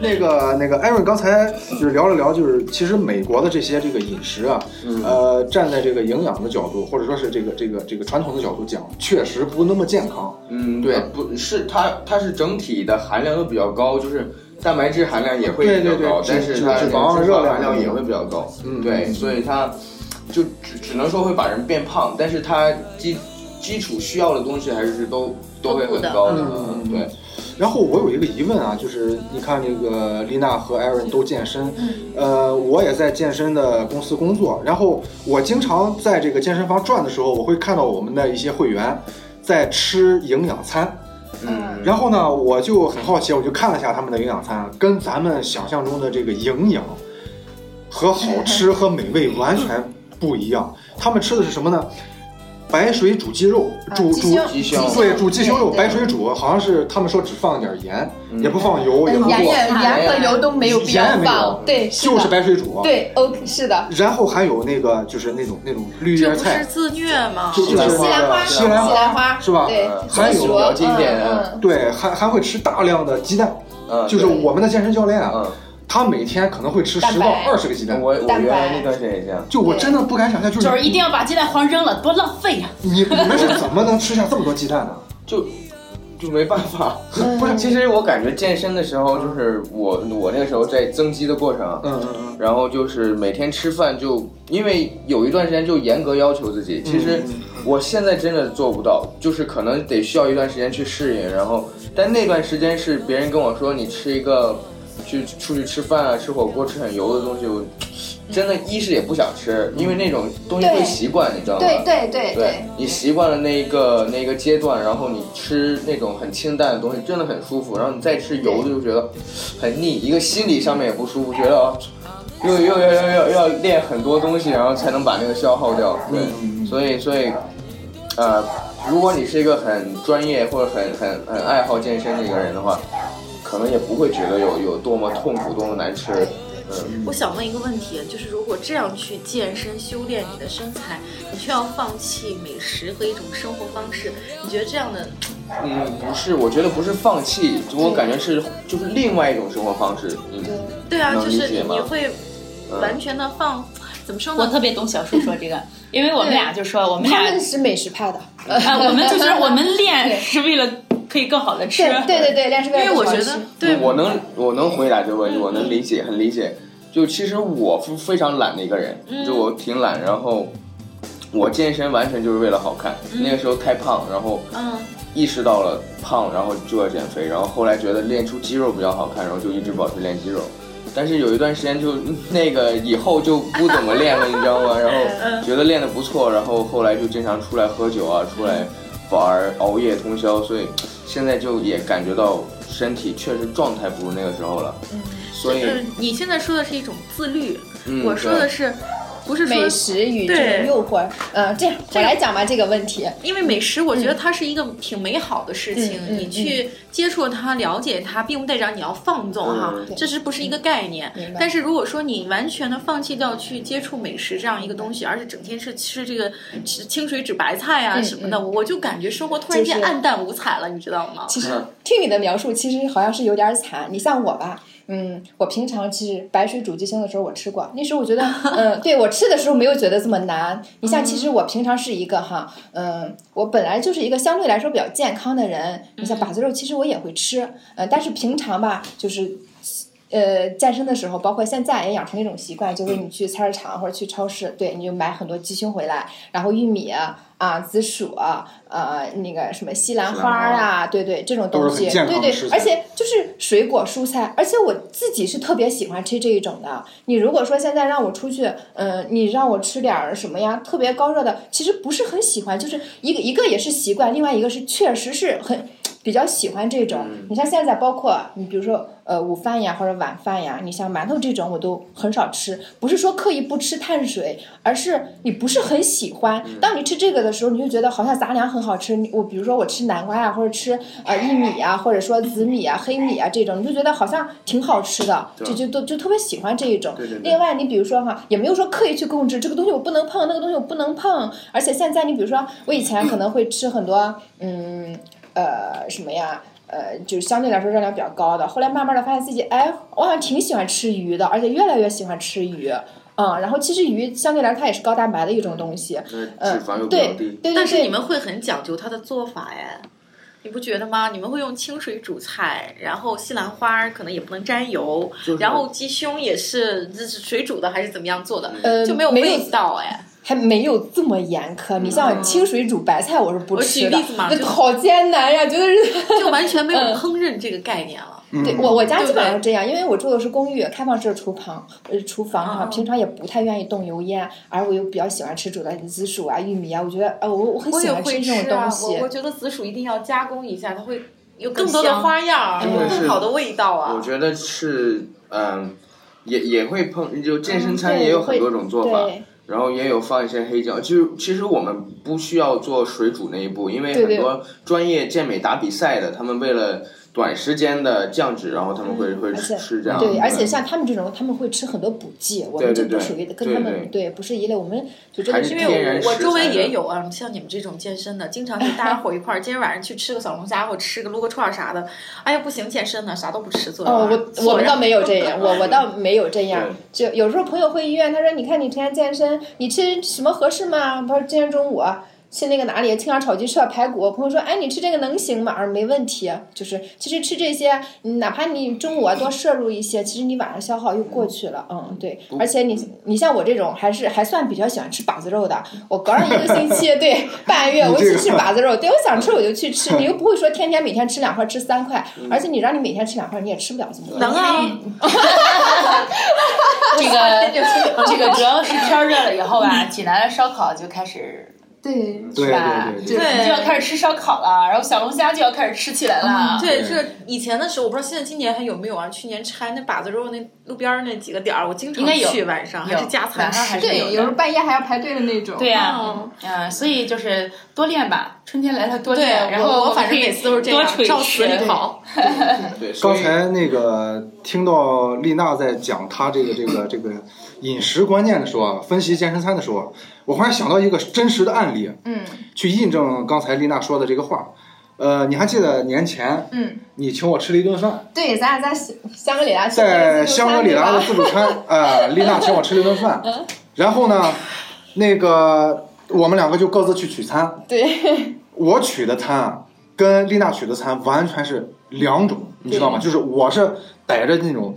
那个那个艾瑞刚才就是聊了聊，就是其实美国的这些这个饮食啊，呃，站在这个营养的角度，或者说是这个这个这个传统的角度讲，确实不那么健康。嗯，对呃不是它，它是整体的含量都比较高，就是蛋白质含量也会对比较对对高，脂但是脂它脂脂肪肪热量含量也会比较高。嗯对，所以它就只只能说会把人变胖，但是它基基础需要的东西还是都都会很高的。都够的嗯对，然后我有一个疑问啊，就是你看这个丽娜和艾瑞都健身，呃，我也在健身的公司工作，然后我经常在这个健身房转的时候，我会看到我们的一些会员在吃营养餐。嗯，然后呢，我就很好奇，我就看了一下他们的营养餐，跟咱们想象中的这个营养和好吃和美味完全不一样。他们吃的是什么呢？白水煮鸡肉，啊煮鸡煮胸嗯鸡胸对煮鸡胸肉，对白水煮，好像是他们说只放点盐，嗯也不放油，也不哎盐过也盐和油都没有必要盐也没有放，对，是就是的，白水煮。啊对，OK，是的，然后还有那个就是那种那种绿这叶不是菜，自虐吗？就西就兰是花西西兰花，兰花是吧对嗯，还有紫比薯较经典嗯的嗯对，还还会吃大量的鸡蛋，嗯，就是我们的健身教练啊，嗯，他每天可能会吃蛋十到白二十个鸡蛋我，我蛋白原来那段时间也这样。就我真的不敢想象，就是就是一定要把鸡蛋黄扔了，多浪费呀、你你们是怎么能吃下这么多鸡蛋呢？就就没办法。嗯不是，其实我感觉健身的时候，就是我我那个时候在增肌的过程啊，嗯嗯然后就是每天吃饭就，因为有一段时间就严格要求自己。其嗯实我现在真的做不到，就是可能得需要一段时间去适应。然后，但那段时间是别人跟我说你吃一个，去出去吃饭啊，吃火锅吃很油的东西，我真的一是也不想吃，因为那种东西会对习惯，你知道吗？对对对对你习惯了那一个那一个阶段，然后你吃那种很清淡的东西，真的很舒服。然后你再吃油的，就觉得很腻，一个心理上面也不舒服，觉得哦又又又又又要练很多东西，然后才能把那个消耗掉。对，所以所以呃，如果你是一个很专业或者很很很爱好健身的一个人的话，可能也不会觉得有有多么痛苦，多么难吃。嗯，我想问一个问题，就是如果这样去健身修炼你的身材，你却要放弃美食和一种生活方式，你觉得这样的嗯，不是，我觉得不是放弃，我感觉是就是另外一种生活方式。嗯。对啊，能就理是解你吗嗯你会完全的放，怎么说我呢？特别懂小树说这个，因为我们俩就说我们他俩们是美食派的，啊，我们就是我们练是为了可以更好的吃。对对对对，但是因为我觉得，对我能我能回答这个问题，我能理解，很理解。就其实我是非常懒的一个人，就我挺懒，然后我健身完全就是为了好看。那个时候太胖，然后嗯，意识到了胖，然后就要减肥，然后后来觉得练出肌肉比较好看，然后就一直保持练肌肉。但是有一段时间就那个以后就不怎么练了，你知 道吗？然后觉得练得不错，然后后来就经常出来喝酒啊，出来玩儿，熬夜通宵，所以现在就也感觉到身体确实状态不如那个时候了。所以嗯就是你现在说的是一种自律，嗯我说的对是，不是说美食与这种对诱惑，呃，这样我来讲吧这个问题。因为美食，我觉得它是一个挺美好的事情，嗯嗯嗯你去接触它、了解它，并不代表你要放纵哈，嗯这是不是一个概念嗯明？白但是如果说你完全的放弃掉去接触美食这样一个东西，而且整天是吃这个吃清水煮白菜啊嗯什么的，我就感觉生活突就然是间暗淡无彩了，你知道吗？其实嗯听你的描述，其实好像是有点惨。你像我吧，嗯，我平常其实白水煮鸡胸的时候我吃过，那时候我觉得，嗯，对我吃的时候没有觉得这么难。你像其实我平常是一个哈，嗯，我本来就是一个相对来说比较健康的人。你像把子肉，其实我也会吃，呃，但是平常吧，就是呃，健身的时候，包括现在也养成了一种习惯，就是你去菜市场或者去超市，对，你就买很多鸡胸回来，然后玉米啊、啊紫薯啊、呃那个什么西兰花西兰啊，对对，这种都是东很西，健康对的对食，材而且就是水果蔬菜，而且我自己是特别喜欢吃这一种的。你如果说现在让我出去，嗯、你让我吃点儿什么呀，特别高热的，其实不是很喜欢，就是一个一个也是习惯，另外一个是确实是很。比较喜欢这种，嗯你像现在包括你比如说呃午饭呀或者晚饭呀，你像馒头这种我都很少吃，不是说刻意不吃碳水，而是你不是很喜欢。嗯当你吃这个的时候，你就觉得好像杂粮很好吃。你我比如说我吃南瓜呀，或者吃呃薏米呀，或者说紫米啊、黑米啊这种，你就觉得好像挺好吃的，就就都就特别喜欢这一种。对对另外，你比如说哈，也没有说刻意去控制这个东西我不能碰，那个东西我不能碰。而且现在你比如说，我以前可能会吃很多嗯。呃什么呀，呃，就是相对来说热量比较高的。后来慢慢的发现自己，哎，我好像挺喜欢吃鱼的，而且越来越喜欢吃鱼。嗯，然后其实鱼相对来说它也是高蛋白的一种东西，呃呃脂肪又比较对低对。对但是对你们会很讲究它的做法哎，你不觉得吗？你们会用清水煮菜，然后西兰花儿可能也不能沾油，就是然后鸡胸也是这是水煮的还是怎么样做的，呃就没有没有味道哎。还没有这么严苛。你像清水煮白菜，我是不嗯我举吃的例子嘛，那就好艰难呀，觉得是。 就完全没有嗯烹饪这个概念了。对嗯嗯我我家对基不本上是对这样，因为我住的是公寓，开放式厨房，呃，厨房哈、啊平常也不太愿意动油烟，而我又比较喜欢吃煮的紫薯啊、玉米啊，我觉得呃，我我很我喜也欢会这种啊东，西。我我觉得紫薯一定要加工一下，它会有更更多的香花样儿，真有的是更好的味道啊。我觉得是，嗯，也也会碰，就健身餐嗯对也有很会多种做法，对然后也有放一些黑椒。其实其实我们不需要做水煮那一步，因为对对很多专业健美打比赛的，他们为了短时间的降脂，然后他们会会嗯而且吃这样的。对，而且像他们这种，他们会吃很多补剂，我对们就对不属于对跟他对们对不是一类，我们就真还的是是因因为天然为食我我周围材的也有啊，像你们这种健身的，经常就大家伙一块儿，今天晚上去吃个小龙虾或者吃个撸个串儿啥的。哎呀，不行，健身呢，啥都不吃，坐着玩哦啊儿。，我我们倒没有这 样，我我倒没有这样对。就有时候朋友会医院，他说：“你看你天天健身，你吃什么合适吗？”不是今天中午啊去那个哪里青阳炒鸡翅、排骨，朋友说：“哎，你吃这个能行吗？”啊，没问题。就是其实吃这些，嗯哪怕你中午啊多摄入一些，其实你晚上消耗又过去了。嗯，对。而且你你像我这种还是还算比较喜欢吃把子肉的，我隔上一个星期， 对半月你我这去个吃把子肉，对我想吃我就去 吃，你又不会说天天每天吃两块吃三块，嗯而且你让你每天吃两块你也吃不了这么多。能啊，这 个哦这个主要是天热了以后吧，济南的烧烤就开始对，对是吧对对就对，对就要开始吃烧烤了，然后小龙虾就要开始吃起来了。嗯对，这以前的时候，我不知道现在今年还有没有啊？去年拆那把子肉那路边儿那几个点儿，我经常应该有去晚上，还有是加餐晚上还吃。是有的有时候半夜还要排队的那种。对呀、嗯嗯，所以就是多练吧，春天来了多对，练。然后我我们反可正以每次都是这多样，吹照死里吹跑。对，所刚以才那个听到丽娜在讲她这个这个这个饮食观念的时候啊，分析健身餐的时候啊，我忽然想到一个真实的案例，啊嗯去印证刚才丽娜说的这个话。呃，你还记得年前嗯，你请我吃了一顿饭，对，咱俩在香格里拉去 在香格里拉的的自助餐，啊，丽娜请我吃了一顿饭，嗯 然后呢，那个我们两个就各自去取餐，嗯对，我取的餐啊，跟丽娜取的餐完全是两种，你知道吗？就是我是逮着那种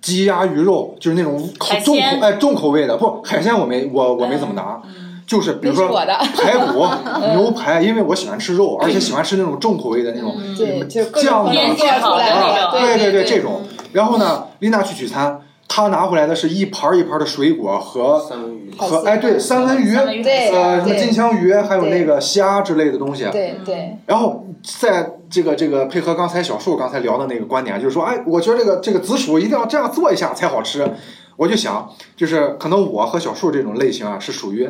鸡鸭鱼肉，就是那种口海鲜重口哎重口味的，不海鲜我没我我没怎么拿，嗯就是比如说嗯那是我的排骨、牛排，因为我喜欢吃肉，而且喜欢吃那种重口味的那种对，就是各酱啊的种嗯面腌制做出好的来那的，种对对对，这种。然后呢，丽娜去取餐，她拿回来的是一盘儿一盘儿的水果和三文鱼好和哎对三文鱼，三文鱼对呃什么对金枪鱼，还有对那个虾之类的东西，对对，然后在这个这个配合刚才小树刚才聊的那个观点，就是说，哎，我觉得这个这个紫薯一定要这样做一下才好吃。我就想，就是可能我和小树这种类型啊，是属于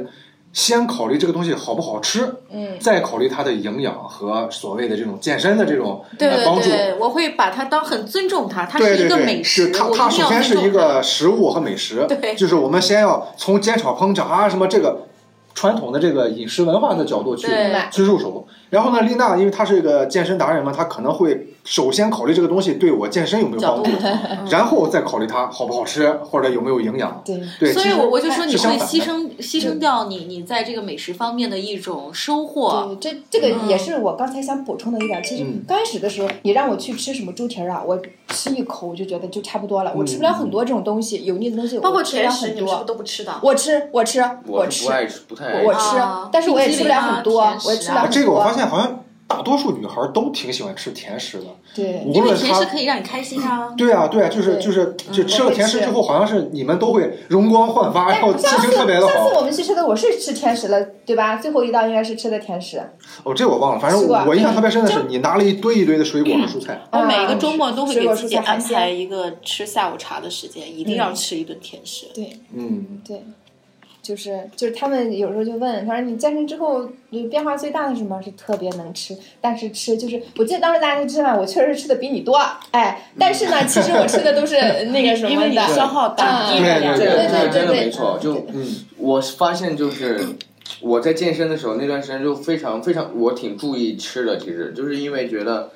先考虑这个东西好不好吃，嗯，再考虑它的营养和所谓的这种健身的这种对呃帮对助。对，我会把它当很尊重它，它对是对一个对，美就是食，它我它定首要先是尊一重它个食物和美食，对就是我们先要从煎炒烹炸啊什么这个传统的这个饮食文化的角度去对去入手。然后呢，丽娜因为她是一个健身达人嘛，她可能会首先考虑这个东西对我健身有没有角帮度嗯助，，然后再考虑它好不好吃或者有没有营养。对。对，所其以实我我就说你是相会反牺的牲牺牲掉你你在这个美食方面的一种收获，对，这这个也是我刚才想补充的一点。其实嗯刚开始的时候，你让我去吃什么猪蹄儿啊，我吃一口我就觉得就差不多了，我嗯吃不了很多这种东西，油腻的东西，包括吃不了甜食，很你们是不多。是都不吃的？我吃，我吃，我是吃不，爱吃，不太爱我吃吃啊，但是我也吃不了冰淇淋啊很多甜，食啊我也吃不了哎很多。这个我发现好像大多数女孩都挺喜欢吃甜食的，对，无因为论甜她食嗯可以让你开心啊。对啊，对啊，就是对就是就吃了甜食我会吃之后，好像是你们都会容光焕发，哎然后但心上情次特别的上次好。我们去吃的我是吃甜食了，对吧？最后一道应该是吃的甜食。哦，这我忘了，反吃正过我印象特别深的是，你拿了一堆一堆的水果和蔬菜。啊哦我每嗯一个周末都会给自己安水果蔬菜海排一个吃下午茶的时间，一定要吃一顿甜食。对嗯，对，就是就是他们有时候就问，他说你健身之后就变化最大的是什么？是特别能吃，但是吃就是我记得当时大家去吃饭，我确实吃的比你多，哎，但是呢，其实我吃的都是那个什因么为你的。消耗大，对嗯对这个这个对真的对没错，就嗯我发现就是我在健身的时候那段时间就非常非常，我挺注意吃的，其实就是因为觉得。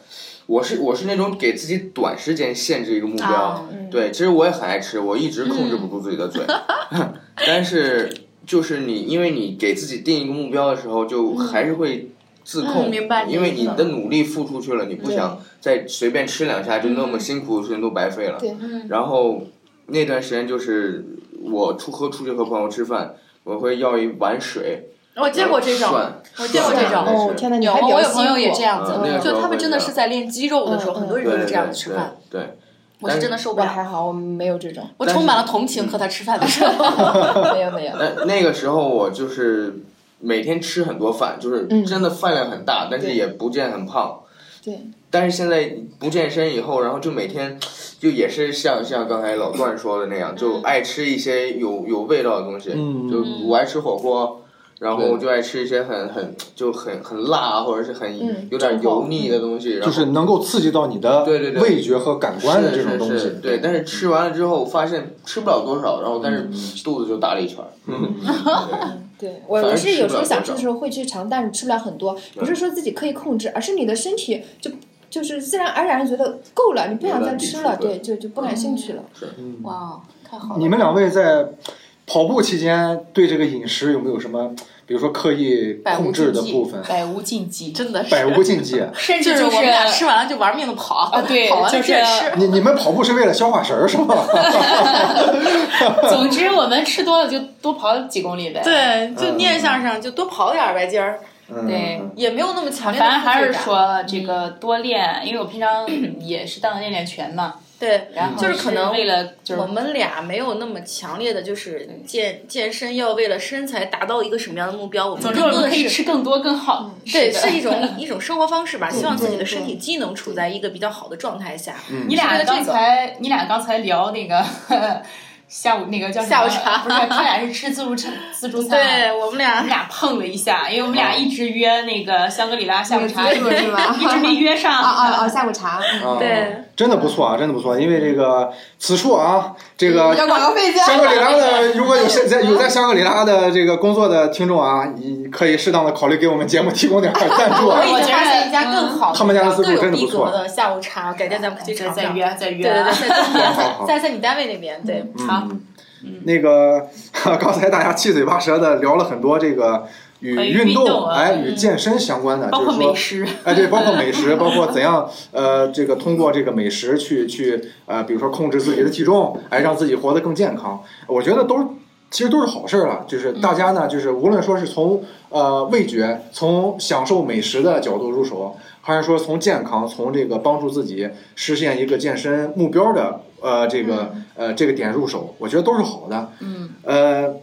我是我是那种给自己短时间限制一个目标，啊对，其实我也很爱吃，我一直控制不住自己的嘴， 但是就是你，因为你给自己定一个目标的时候，就还是会自控，嗯明白你因为的意你思的努力付出去了，你不想再随便吃两下就那么辛苦，事情都白费了。对嗯然后那段时间就是我出和出去和朋友吃饭，我会要一碗水，我见过这种，涮我见过这涮种，哦，是天哪，你有还比我较有朋辛苦友也这样子，嗯那个时候就他们会真的这是样在练肌肉的时候，嗯嗯很多人对都是对这样子吃饭。对，对我是真的受不我了。还好，我没有这种，我充满了同情和他吃饭的时候。没有没有。 那那个时候我就是每天吃很多饭，就是嗯真的饭量很大，但是也不见很胖。对。但是现在不健身以后，然后就每天就也是像像刚才老段说的那嗯样，就爱吃一些有有味道的东西。嗯就我爱吃火锅，然后就爱吃一些很很就很很辣或者是很、嗯有点油腻的东西。然就后是能够刺激到你的对对对味觉和感官的这种东是是西是。对，但是吃完了之后发现吃不了多少，然后但嗯是肚子就大了一圈儿。嗯 对对我嗯反而我是吃不有了时候想多少嗯吃的时候会去尝，但是吃不了很多，不是说自己可以控制，而是你的身体就就是自然而然觉得够了，你不想有了再抵吃触了，对对，就就不感兴趣嗯了。哇，太好了！嗯你们两位在跑步期间对这个饮食有没有什么，比如说刻意百无控制禁的部忌 分，？百无禁忌，真的是，百无禁忌。啊甚就至是就我是们俩吃完了就玩命的跑，啊对跑完了就是接着吃。你你们跑步是为了消化食儿 是吗？总之我们吃多了就多跑几公里呗。对，就念想上就多跑点儿呗，今儿嗯对也没有那么强啊反烈的正还是负罪感嗯说这个多练，因为我平常 也是当练练拳嘛，对，然后嗯就是可能为了就是我们俩没有那么强烈的，就是健健身要为了身材达到一个什么样的目标，我们总更之我多们的可以是。吃更多更好。对，是是的 一种一种生活方式吧，希望自己的对身体机能处在一个比较好的状态下。嗯你是为俩了这刚个才你俩刚才聊那个 下午那个叫什么下午茶不是他俩是吃自助 餐自助餐。对我们我俩们俩碰了一下，因为我们俩一直约那个香格里拉下午 茶，一自助是 吧直没约啊啊上。哦啊！下午茶，嗯啊对真的不错啊，真的不错。因为这个此处啊，这个要广告 费香格里拉的，如果有现在有在香格里拉的这个工作的听众啊，你可以适当的考虑给我们节目提供点儿赞 助啊。我已我经觉发得嗯现一家更好的、他们家的自助更有真的逼不错格的下午茶，改天咱们可以去再尝再尝。约再约，对对对，在在好好好在在你单位那边，对，好啊嗯，那个 刚才大家七嘴八舌的聊了很多这个与关于运运动动啊哎与健身相关的，包就括是说美食。哎，对， 包括美食，包括怎样呃，这个通过这个美食去去呃，比如说控制自己的体重，哎，让自己活得更健康，我觉得都是其实都是好事儿了。就是大家呢，就是无论说是从呃味觉、从享受美食的角度入手，还是说从健康、从这个帮助自己实现一个健身目标的呃这个呃这个点入手，我觉得都是好的。嗯，呃，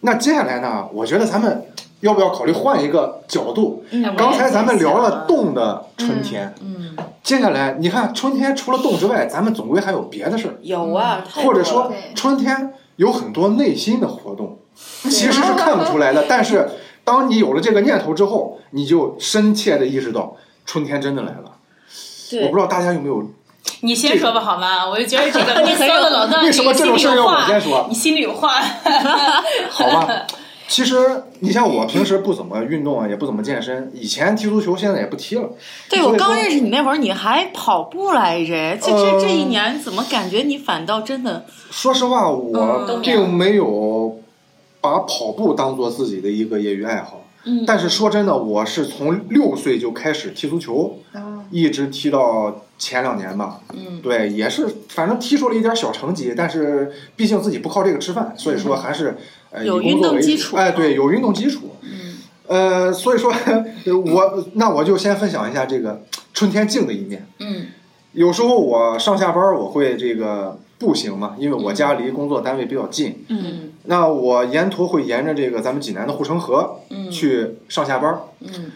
那接下来呢，我觉得咱们要不要考虑换一个角度？嗯哎刚才咱们聊了，动的春天，我也在想嗯，接下来你看春天除了动之外，咱们总归还有别的事儿，有啊，太或者多说了对春天有很多内心的活动，其实是看不出来的。但是当你有了这个念头之后，你就深切的意识到春天真的来了。我对不知道大家有没有你先说吧，好吗？我就觉得这 个你很有老段，为什么这种事儿要我先说你心里有话。好 吧？其实你像我平时不怎么运动啊，也不怎么健身，以前踢足球，现在也不踢了。对所我以刚说认识你那会儿，你还跑步来着？这这这一呃年怎么感觉你反倒真的说实话，我嗯并没有把跑步当做自己的一个业余爱好。嗯、但是说真的，我是从六岁就开始踢足球，一直踢到前两年吧。嗯，对，也是，反正踢出了一点小成绩，但是毕竟自己不靠这个吃饭，所以说还是、呃有以工运作动为基主础哎，对，有运动基础。嗯，呃，所以说 我那我就先分享一下这个春天静的一面。嗯，有时候我上下班儿我会这个步行嘛，因为我家离工作单位比较近。嗯，那我沿途会沿着这个咱们济南的护城河，嗯去上下班儿。嗯，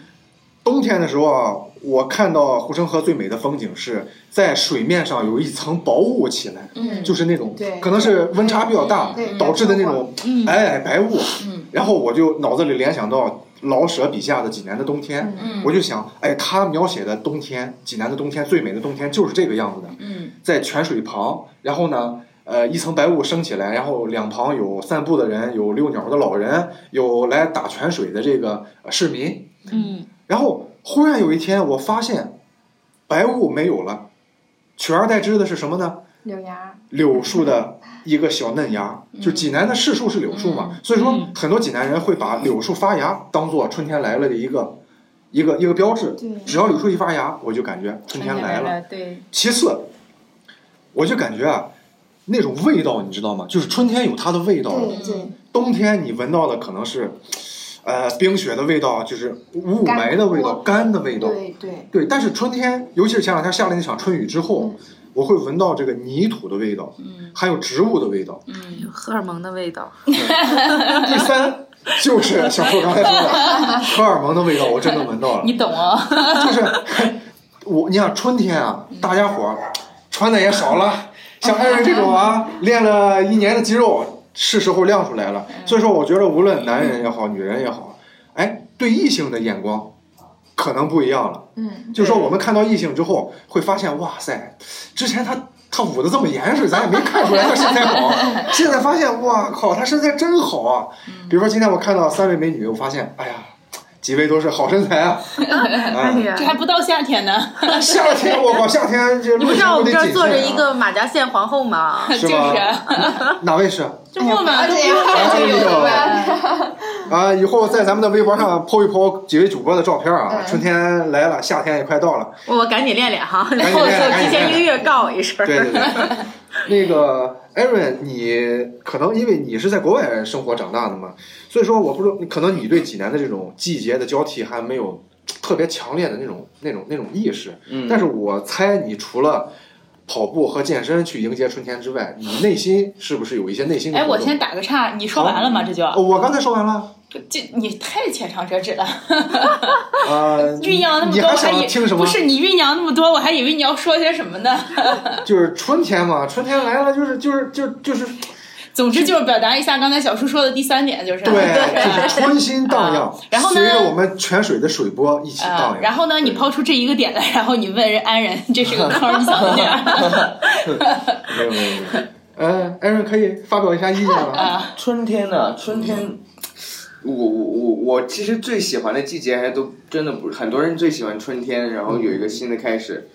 冬天的时候啊，我看到护城河最美的风景是在水面上有一层薄雾起来，嗯就是那种对可能是温差比较大对对导致的那种嗯皑皑白雾。嗯然后我就脑子里联想到老舍笔下的济南的冬天。嗯我就想，哎，他描写的冬天，济南的冬天，最美的冬天就是这个样子的，嗯在泉水旁，然后呢，呃，一层白雾升起来，然后两旁有散步的人，有遛鸟的老人，有来打泉水的这个呃市民，嗯然后忽然有一天，我发现，白雾没有了，取而代之的是什么呢？柳芽，柳树的一个小嫩芽，就济南的市树是柳树嘛，所以说很多济南人会把柳树发芽当做春天来了的一个一个一个标志。对只要柳树一发芽，我就感觉春天来哎了。，对，其次，我就感觉啊，那种味道你知道吗？就是春天有它的味道，对对，嗯冬天你闻到的可能是，呃，冰雪的味道，就是雾霾的味道，干的味嗯道。对对，对，但是春天，尤其是前两天下了那场春雨之后，我会闻到这个泥土的味道，还有植物的味道。哎荷尔蒙的味道。第三就是小树刚才说的荷尔蒙的味道，我真的闻到了。你懂哦啊？就是我，你想春天啊，大家伙儿穿的也少了，像艾瑞这种啊，练了一年的肌肉是时候亮出来了。所以说，我觉得无论男人也好，女人也好，哎，对异性的眼光可能不一样了。嗯，就是说我们看到异性之后，会发现哇塞，之前他他捂得这么严实，咱也没看出来他身材 好。现在发现哇靠，他身材真好啊！嗯比如说今天我看到三位美女，我发现哎呀，几位都是好身材啊！ 哎呀这还不到夏天呢，夏天我靠，夏天这你录不节知道我目得们这谨儿慎坐着啊一个马甲线皇后吗？ 就是是吗哎啊哪位是这不嘛，这嗯样哎这呦样啊？以后在咱们的微博上 PO 一 PO 几位主播的照片啊。嗯春天来了，夏天也快到了。我赶紧练练哈，练然后赶紧提练前一个月告我一声。对对对，那个 Aaron，你可能因为你是在国外生活长大的嘛，所以说我不知道，可能你对济南的这种季节的交替还没有特别强烈的那种那种那种意识。嗯但是我猜你除了跑步和健身去迎接春天之外，你内心是不是有一些内心的哎，活我动先打个岔，你说完了吗？这就啊哦我刚才说完了。这你太浅尝辄止了，啊， 酝酿那么你多，还我想以听什么？不是你酝酿那么多，我还以为你要说些什么 呢。就是春天嘛，春天来了，就是就是就就是总之就是表达一下刚才小叔说的第三点，就是 对，就是春心荡漾啊，然后呢随着我们泉水的水波一起啊荡，漾。然后呢，你抛出这一个点来，然后你问人安人，这是个坑儿，你想到哪 儿？没有没有没有，呃，艾瑞可以发表一下意见了。啊春天呢、春天，我我我我其实最喜欢的季节还都真的不是很多人最喜欢春天，然后有一个新的开始。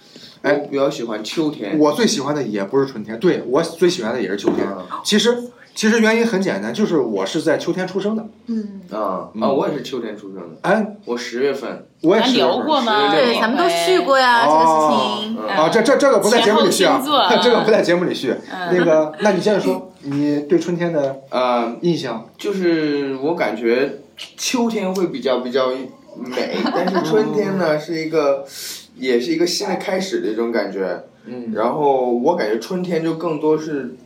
我比较喜欢秋嗯天，嗯我最喜欢的也不是春天，对我最喜欢的也是秋天。其实其实原因很简单，就是我是在秋天出生的。嗯，啊嗯啊！我也是秋天出生的，哎，我十月份。我也咱是聊过吗？对对，咱们都哎去过呀，这哦个事情。嗯啊，这这这个不在节目里续啊前后星座，啊 这个不在节目里续。嗯那个，那你接着说，你对春天的啊，印象？就是我感觉秋天会比较比较美，但是春天呢是一个，也是一个新的开始的一种感觉。嗯然后我感觉春天就更多是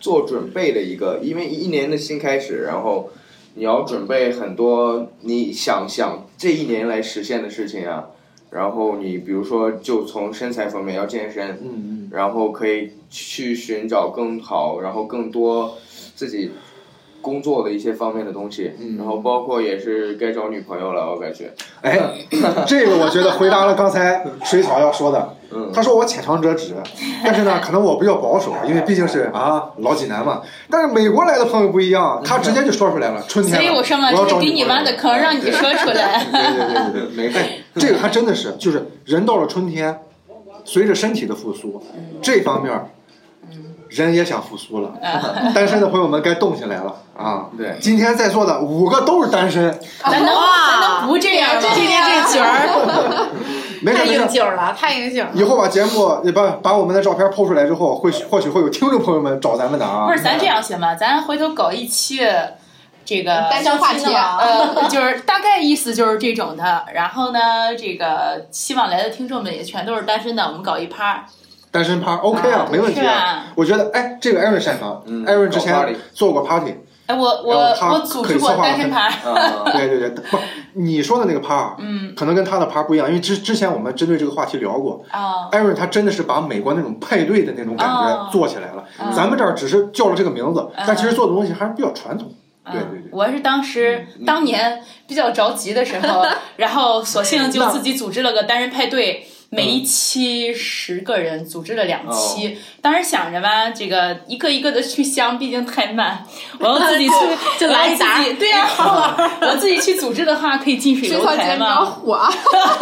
做准备的一个，因为一年的新开始，然后你要准备很多你想想这一年来实现的事情啊。然后你比如说，就从身材方面要健身，嗯然后可以去寻找更好，然后更多自己工作的一些方面的东西，嗯然后包括也是该找女朋友了，我感觉， 哎，这个我觉得回答了刚才水草要说的。嗯他说我浅尝辄止，但 是呢，可能我比较保守，因为毕竟是啊老济南嘛。但是美国来的朋友不一样，他直接就说出来了，春天所了。以我说嘛，要这找是女给你朋友挖的坑儿，让你说出来。 对对对对对，没哎， 这个还真的是，就是人到了春天，随着身体的复苏，嗯这方面儿，人也想复苏了。嗯单身的朋友们该动起来了啊！对今天在座的五个都是单身，咱能咱能哇，不这样吗？今天这角啊儿没哎事太没应事。景了，太应 景了。以后把节目呃把把我们的照片抛出来之后，会或许会有听众朋友们找咱们的啊。呃不是，咱这样行吗？咱回头搞一期这个单身话题啊呃，就是大概意思就是这种的。然后呢，这个希望来的听众们也全都是单身的，我们搞一趴儿。单身趴 OK 啊啊，没问题是啊啊。我觉得哎，这个艾瑞擅长，嗯艾瑞之搞前 party 做过 party，哎，我然后我他我组织过单身趴儿， 啊，对对对，不，你说的那个趴啊，嗯可能跟他的趴不一样，因为之之前我们针对这个话题聊过，啊，艾瑞他真的是把美国那种派对的那种感觉哦做起来了。嗯咱们这儿只是叫了这个名字，嗯但其实做的东西还是比较传统。嗯对对对。我是当时嗯 当年比较着急的时候，然后索性就自己组织了个单人派对。每一期十个人组织了两哦期，当时想着吧，这个一个一个的去香，毕竟太慢，我要自己去 就来一打我要自己对呀、好玩 儿。我自己去组织的话，可以近水楼这套节台目要嘛。火啊，嗯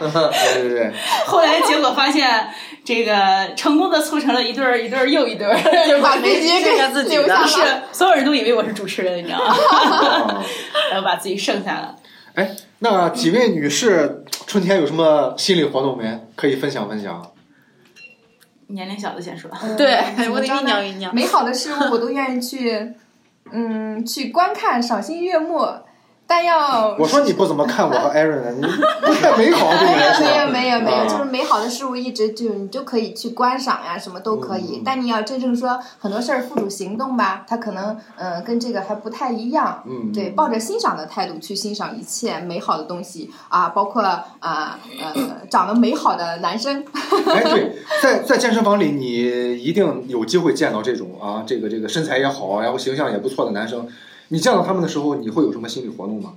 嗯对对对，后来结果发现，这个成功的促成了一对儿一对儿又一 对儿，就把那些剩下给自己留的下是了。所有人都以为我是主持人，你知道 吗？啊然后把自己剩下哦了。哎，那几位女士春天有什么心理活动没？可以分享分享。年龄小的先说，嗯对我得酝酿酝酿。美好的事物我都愿意去，嗯，去观看，赏心悦目。但 要我说你不怎么看我和艾瑞呢，你不太美好啊对你来 没 有说。没有没啊有，就是美好的事物一直就你就可以去观赏呀，什么都可嗯以。但你要真正说很多事儿付诸行动吧，它可能嗯、呃跟这个还不太一样。嗯，对，抱着欣赏的态度去欣赏一切美好的东西啊，包括啊呃长得美好的男生， 哎，对，在在健身房里，你一定有机会见到这种啊，这个这个身材也好，啊然后形象也不错的男生。你见到他们的时候，你会有什么心理活动吗？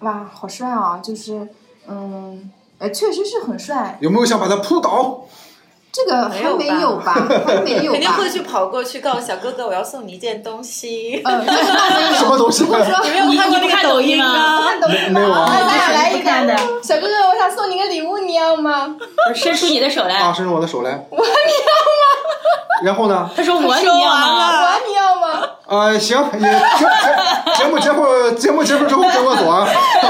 哇，好帅啊！就是嗯呃，确实是很帅，有没有想把他扑倒？这个没还有没吧有吧，还没有吧，肯定会去跑过去告诉小哥哥，我要送你一件东西。啊嗯，那那没有什么东西？说 没有你看过那你不个看抖抖音音吗吗？看抖音没有啊吗？咱俩来一不看的个，小哥哥，我想送你个礼物，你要吗？我伸出你的手啊，哦来。伸出我的手来。我你要吗？ 然后呢？他说我你要吗？我你要吗？啊，行，也节节目结束，节目结束之后跟我走啊。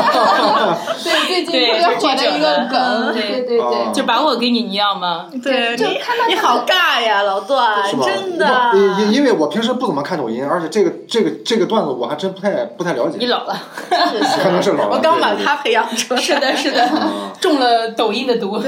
对，最近对特别火的一个梗，对对对啊对，就把我给你，你要吗？ 对就看到你好尬呀，老段，是吧？啊真的。不因因因为我平时不怎么看抖音，而且这个这个这个段子我还真不太不太了你解。老了， 可能是老了我刚把对对对他培养出来。是的，是的，哦啊，中了抖音 的毒。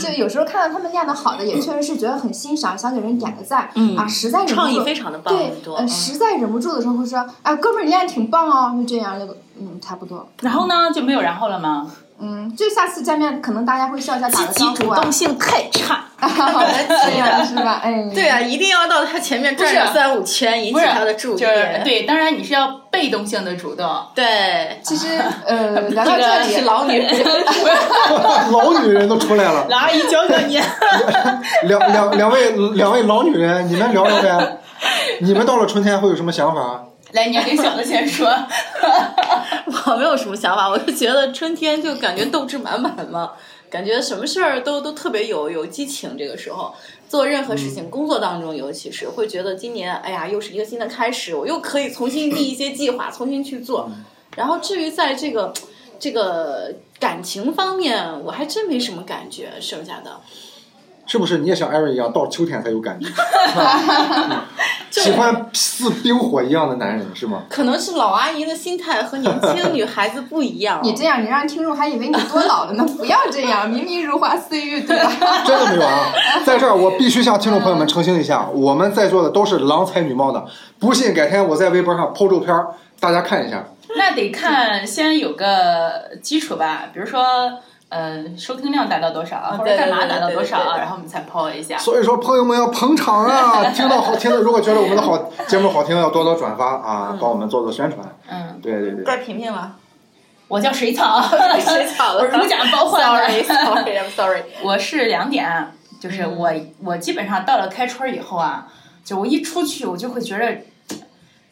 就有时候看到他们练的好的，也确实是觉得很欣赏，想给人点个赞嗯啊，实在忍不住 创意非常的棒对很，多呃，嗯实在忍不住的时候会说，哎，哥们儿，你练得挺棒哦，就这样，就嗯，差不多，然后呢，就没有然后了吗？嗯，就下次见面可能大家会笑一下，打积个极招主呼啊动，性太差。 这样是吧？哎，对啊，一定要到他前面转不个是三五圈，引不起是他的注意。就是对，当然你是要被动性的主动。对，其实呃，聊到这这个里是老 女人，老女人都出来了，老阿姨教教你。两两两位两位老女人，你们聊聊 呗。你们到了春天会有什么想法？来，年龄小的先说。 我没有什么想法，我就觉得春天就感觉斗志满满嘛，感觉什么事儿都都特别有有激情。这个时候做任何事情，工作当中尤其是会觉得今年哎呀又是一个新的开始，我又可以重新立一些计划，重新去做。然后至于在这个这个感情方面，我还真没什么感觉，剩下的是不是你也像艾瑞一样，到秋天才有感 觉？嗯喜欢似冰火一样的男人是吗？可能是老阿姨的心态和年轻女孩子不一样 。你这样，你让听众还以为你多老了呢。不要这样，明明如花似玉，对吧？真的没有啊！在这儿，我必须向听众朋友们澄清一下，我们在座的都是郎才女貌的，不信改天我在微博上 PO 照片儿，大家看一下。那得看，先有个基础吧，比如说。呃，收听量达到多少，啊或者啊对对干嘛对对达到多对对少，啊对然后我们才抛一下。所以说，朋友们要捧场啊！听到好听的，如果觉得我们的好节目好听，要多多转发嗯啊，帮我们做做宣传。嗯，对对对，怪平平了，我叫 水草，谁吵我了是如假包换的。 ？Sorry，Sorry，I'm sorry。 嗯我是两点，就是我、我基本上到了开春儿以后啊，就我一出去我就会觉得，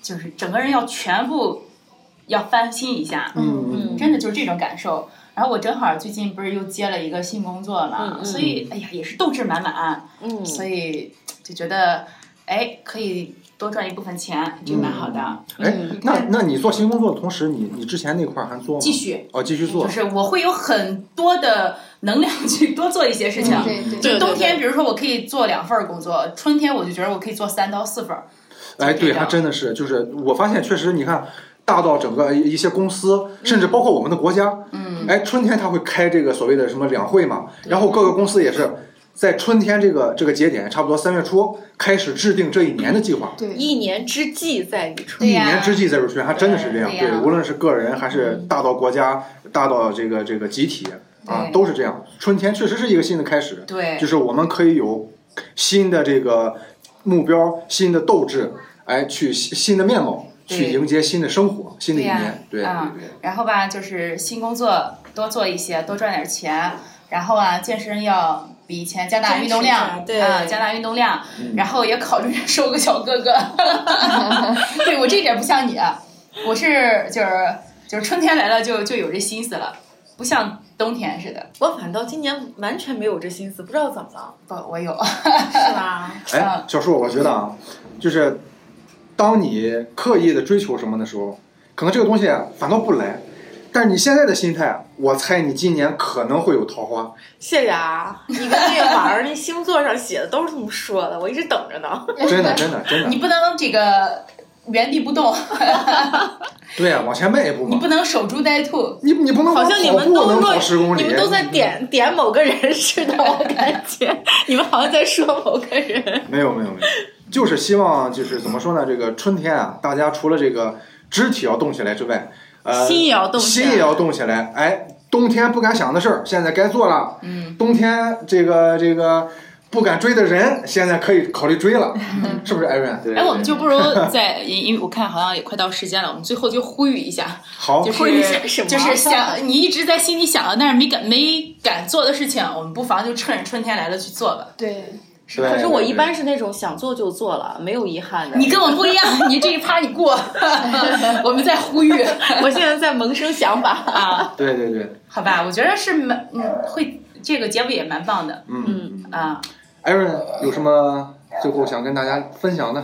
就是整个人要全部要翻新一下，嗯真的就是这种感受。然后我正好最近不是又接了一个新工作嘛，嗯嗯所以哎呀也是斗志满满，嗯所以就觉得哎可以多赚一部分钱，这蛮好的。哎，那那你做新工作的同时，你你之前那块儿还做吗？嗯继续哦，继续做就。是我会有很多的能量去多做一些事情，嗯对对就对冬天，比如说我可以做两份儿工作，春天我就觉得我可以做三到四份儿。哎，对，这样还真的是，就是我发现确实，你看。大到整个一些公司，甚至包括我们的国家，嗯，哎，春天它会开这个所谓的什么两会嘛，然后各个公司也是在春天这个这个节点，差不多三月初开始制定这一年的计划，对，一年之计在于春。对一呀年之计在于春，还真的是这样。对对，呀嗯无论是个人还是大到国家，大到这个这个集体啊，对都是这样。春天确实是一个新的开始，哎对就是我们可以有新的这个目标、新的斗志，哎，去新新的面貌，对去迎接新的生活、新的一对呀年。对对啊对，然后吧，就是新工作多做一些，多赚点钱。然后啊，健身要比以前加大运坚动持一量，下对啊，加大运动量，嗯然后也考虑着收个小 哥 哥。对我这一点不像你，啊，我是就是就是春天来了就就有这心思了，不像冬天似的。我反倒今年完全没有这心思，不知道怎么了，不，我有，是吧？哎，小树，我觉得啊，就是当你刻意的追求什么的时候，可能这个东西啊反倒不来。但是你现在的心态，啊我猜你今年可能会有桃 花。谢谢啊，你跟那个玩儿那星座上写的都是这么说的，我一直等着呢。真的，真的，真你的。不能这个原地不动，对呀、往前迈一步你嘛不。能守株待兔。你你不能好光像你跑们步都能跑十说，公嗯里，你们都在点点某个人似的，我感觉你们好像在说某个人。没有没有没有，就是希望就是怎么说呢？这个春天啊，大家除了这个肢体要动起来之外，呃，心也要动起来心也要动起来。哎，冬天不敢想的事儿，现在该做了。嗯，冬天这个这个不敢追的人，现在可以考虑追 了，是不是，艾瑞？对哎，我们就不如在，因因为我看好像也快到时间了，我们最后就呼吁一下，好就，哦一下什是么就是想你一直在心里想了，但是没敢没敢做的事情，我们不妨就趁着春天来了去做吧。对，对可是我一。对般是那种想做就做了，没有遗憾的。你跟我们不一样，你这一趴你过， 我们在呼吁我现在在萌生想 法，啊，对对对，好吧，我觉得是蛮嗯，会这个结尾也蛮棒的嗯嗯嗯啊。艾瑞有什么最后想跟大家分享的？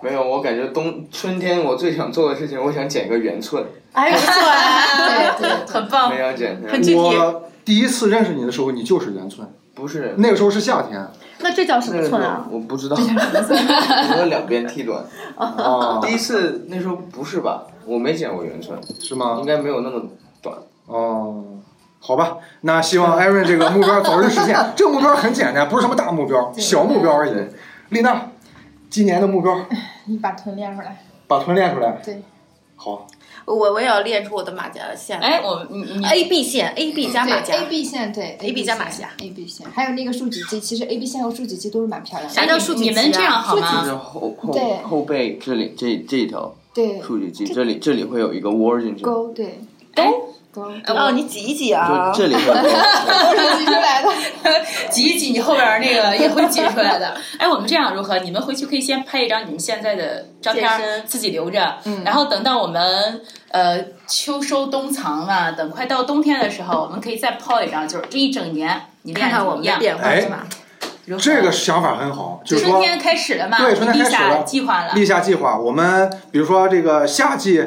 没有，我感觉冬春天我最想做的事情，我想剪个圆寸，哎，不错啊，对对哦很棒没想剪。很具体我第一次认识你的时候，你就是圆寸，不是那个时候是夏 天那这叫什那么个时候寸啊？我不知道， 我有两边剃短。啊，第一次那时候不是吧？我没剪过圆寸，是吗应？该没有那么短。哦，好吧，那希望艾瑞这个目标早日 实现。这个目标很简单，不是什么大目标，小目标而已。丽娜，今年的目标，你把臀练出来。把臀练出来。对，好，我我也要练出我的马甲的线来。哎，我你你 A B 线，A B 加马甲对。A B 线对 AB 加马甲，A B 线，还有那个竖脊肌，其实 A B 线和竖脊肌都是蛮漂亮啥的。叫竖脊你肌啊们这样好就吗？是后对后后背这里这这一条对，竖脊肌，这里这里会有一个窝进去，勾对哎勾勾，竖哦，你挤一挤啊就！这里会有个窝。脊出来的。挤一挤，你后边儿那个也会挤出来的。哎，我们这样如何？你们回去可以先拍一张你们现在的照片健儿，身自己留着。然后等到我们呃秋收冬藏了，等快到冬天的时候，我们可以再泡一张，就是这一整年你练看得看怎么我们的样？变化哎是吧？如何这个想法很好，就是春说天开始了嘛，对春天立开始下了计划了。立下计划。我们比如说这个夏季。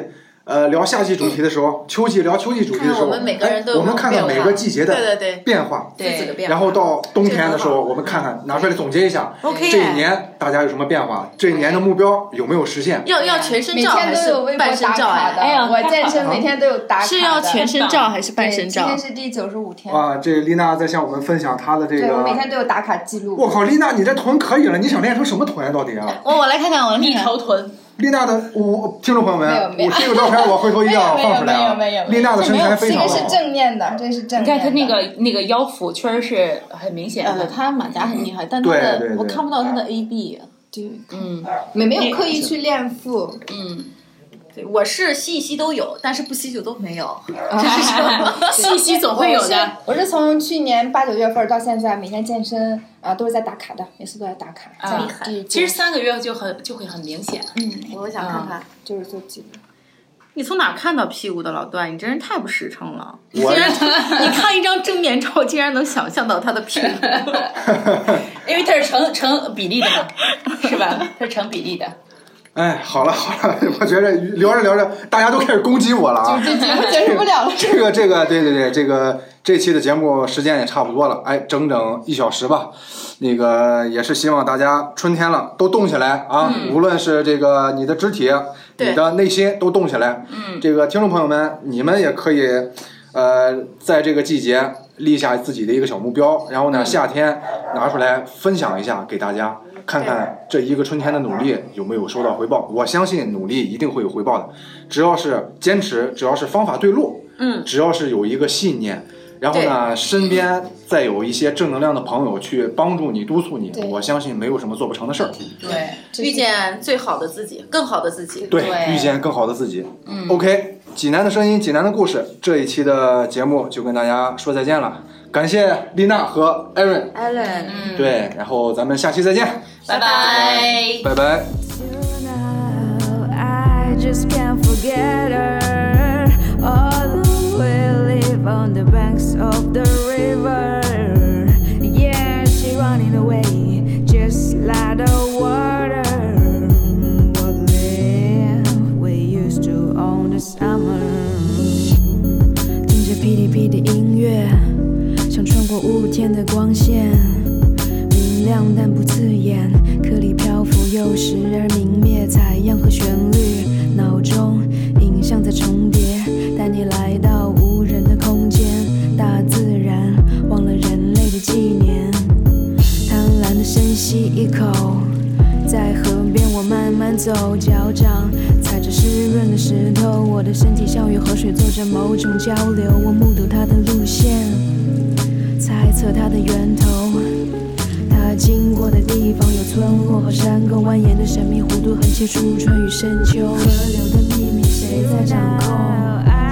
呃，聊夏季主题的时 候，秋季聊秋季主题的时候，看我们每个人哎都有我们看看每变化个季节对的对对变化，自己的变化。然后到冬天的时候，我们看看拿出来总结一下 OK 这一年大家有什么变化，这一年的目标有没有实现？要要全身每照天还都是有微博半身打照卡的，啊？哎呀我健身每天都有打卡的，是要全身照还是半身照对？今天是第九十五天，哇，啊这丽娜在向我们分享她的这对我个每。天都有打卡记录。我靠，丽娜，你这臀可以了，你想练成什么臀啊？到底啊？我我来看看，我来看立看。头臀，丽娜的，我听众朋友们没有，没有我这个照片我回头一定要放出来啊！没有没有没有没有丽娜的身材非这常个的是好，正面的，这是正你面看的。他那个那个腰腹确实是很明显呃，的。他马甲很厉害，但他的对对对我看不到他的 A B。对，嗯没没有刻意去练腹，嗯，对我是吸一吸都有，但是不吸就都没有。信息总会有的。我是。我是从去年八九月份到现在，每天健身啊都是在打卡的，每次都在打卡。啊这样第一其实三个月就很就会很明显。我想看看。嗯就是做记 录。你从哪儿看到屁股的，老段？你真是太不实诚了！你我竟 然你看一张正面照，竟然能想象到他的屁股。因为它是成成比例的嘛，是吧？它是成比例的。哎，好了好了， 我觉着聊着聊着，大家都开始攻击我了啊！这节目结束不了了。这个这个，对对对，这个这期的节目时间也差不多了，哎，整整一小时吧。那个也是希望大家春天了都动起来啊，无论是这个你的肢体、对你的内心都动起来。嗯，这个听众朋友们，你们也可以，呃，在这个季节立下自己的一个小目标，然后呢，夏天拿出来分享一下给大家。看看这一个春天的努力有没有收到回报，我相信努力一定会有回报的，只要是坚持，只要是方法对路，嗯，只要是有一个信念，然后呢，身边再有一些正能量的朋友去帮助你、督促你对，我相信没有什么做不成的事儿。对，遇见最好的自己，更好的自己。对，对遇见更好的自己。嗯，OK，济南的声音，济南的故事，这一期的节目就跟大家说再见了。感谢丽娜和 Aaron， Allen，对，然后咱们下期再见，拜拜。嗯拜拜。 I just can't forget her. Although we live on the banks of the river, yeah, she running away just like the water. What live we used to on the summer. 听着噼里噼里音乐，想穿过雾天的光线。明亮但不刺眼，颗粒漂浮又时而明灭，采样和旋律，脑中影像在重叠，带你来到无人的空间，大自然忘了人类的纪念，贪婪的深吸一口。在河边，我慢慢走，脚掌踩着湿润的石头，我的身体像与河水做着某种交流。我目睹它的路线，猜测它的源头。他经过的地方有村落和山沟，蜿蜒的神秘弧度横切出春与深秋。河流的秘密谁在掌控？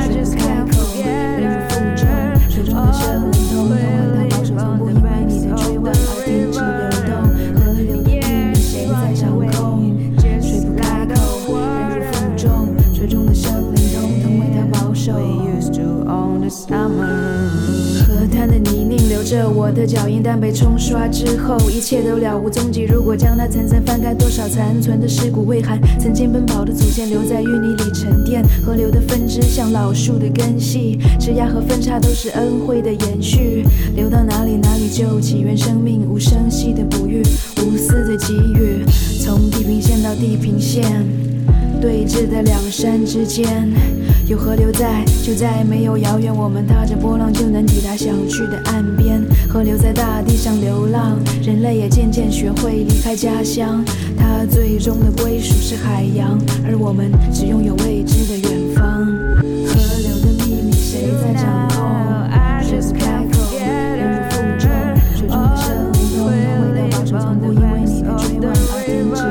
谁不开口？泪如负重，水中的圣灵通通和他保守，从不因为你的追问而停止流动。河流的秘密谁在掌控？谁不开口？泪如负重，水中的圣灵通通为他保守。河滩的泥泞留着我的脚印，但被冲刷之后，一切都了无踪迹。如果将那层层翻开，多少残存的尸骨未寒，曾经奔跑的祖先留在淤泥里沉淀。河流的分支像老树的根系，枝桠和分叉都是恩惠的延续。流到哪里，哪里就起源生命，无声息的哺育，无私的给予，从地平线到地平线。对峙的两山之间，有河流在，就在没有遥远。我们踏着波浪就能抵达想去的岸边。河流在大地上流浪，人类也渐渐学会离开家乡。它最终的归属是海洋，而我们只拥有未知的远方。河流的秘密谁在掌控？谁不开口？流入腹中，水中的生灵通通为它保守，从不因为你的追问而停止流动。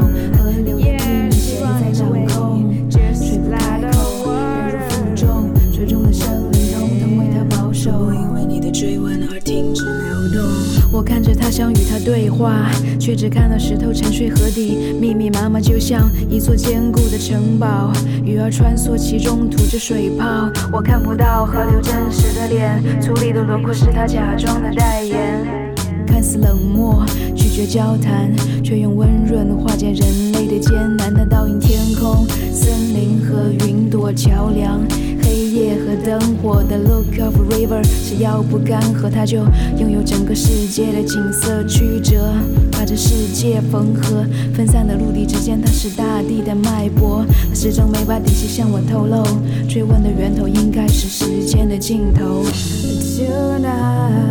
河流的秘密谁在掌控？谁不开口？流入腹中，水中的生灵通通为它保守，从不因为你的追问而停止流动。我看着他想与他对话，却只看到石头沉睡河底，密密麻麻，就像一座坚固的城堡。鱼儿穿梭其中，吐着水泡。我看不到河流真实的脸，粗粝的轮廓是他假装的代言。看似冷漠，拒绝交谈，却用温润化解人类的艰难。它倒映天空、森林和云朵、桥梁、黑夜和灯火的 look of river。只要不干涸，它就拥有整个世界的景色曲折，把这世界缝合。分散的陆地之间，它是大地的脉搏。它始终没把底细向我透露，追问的源头应该是时间的尽头。Tonight.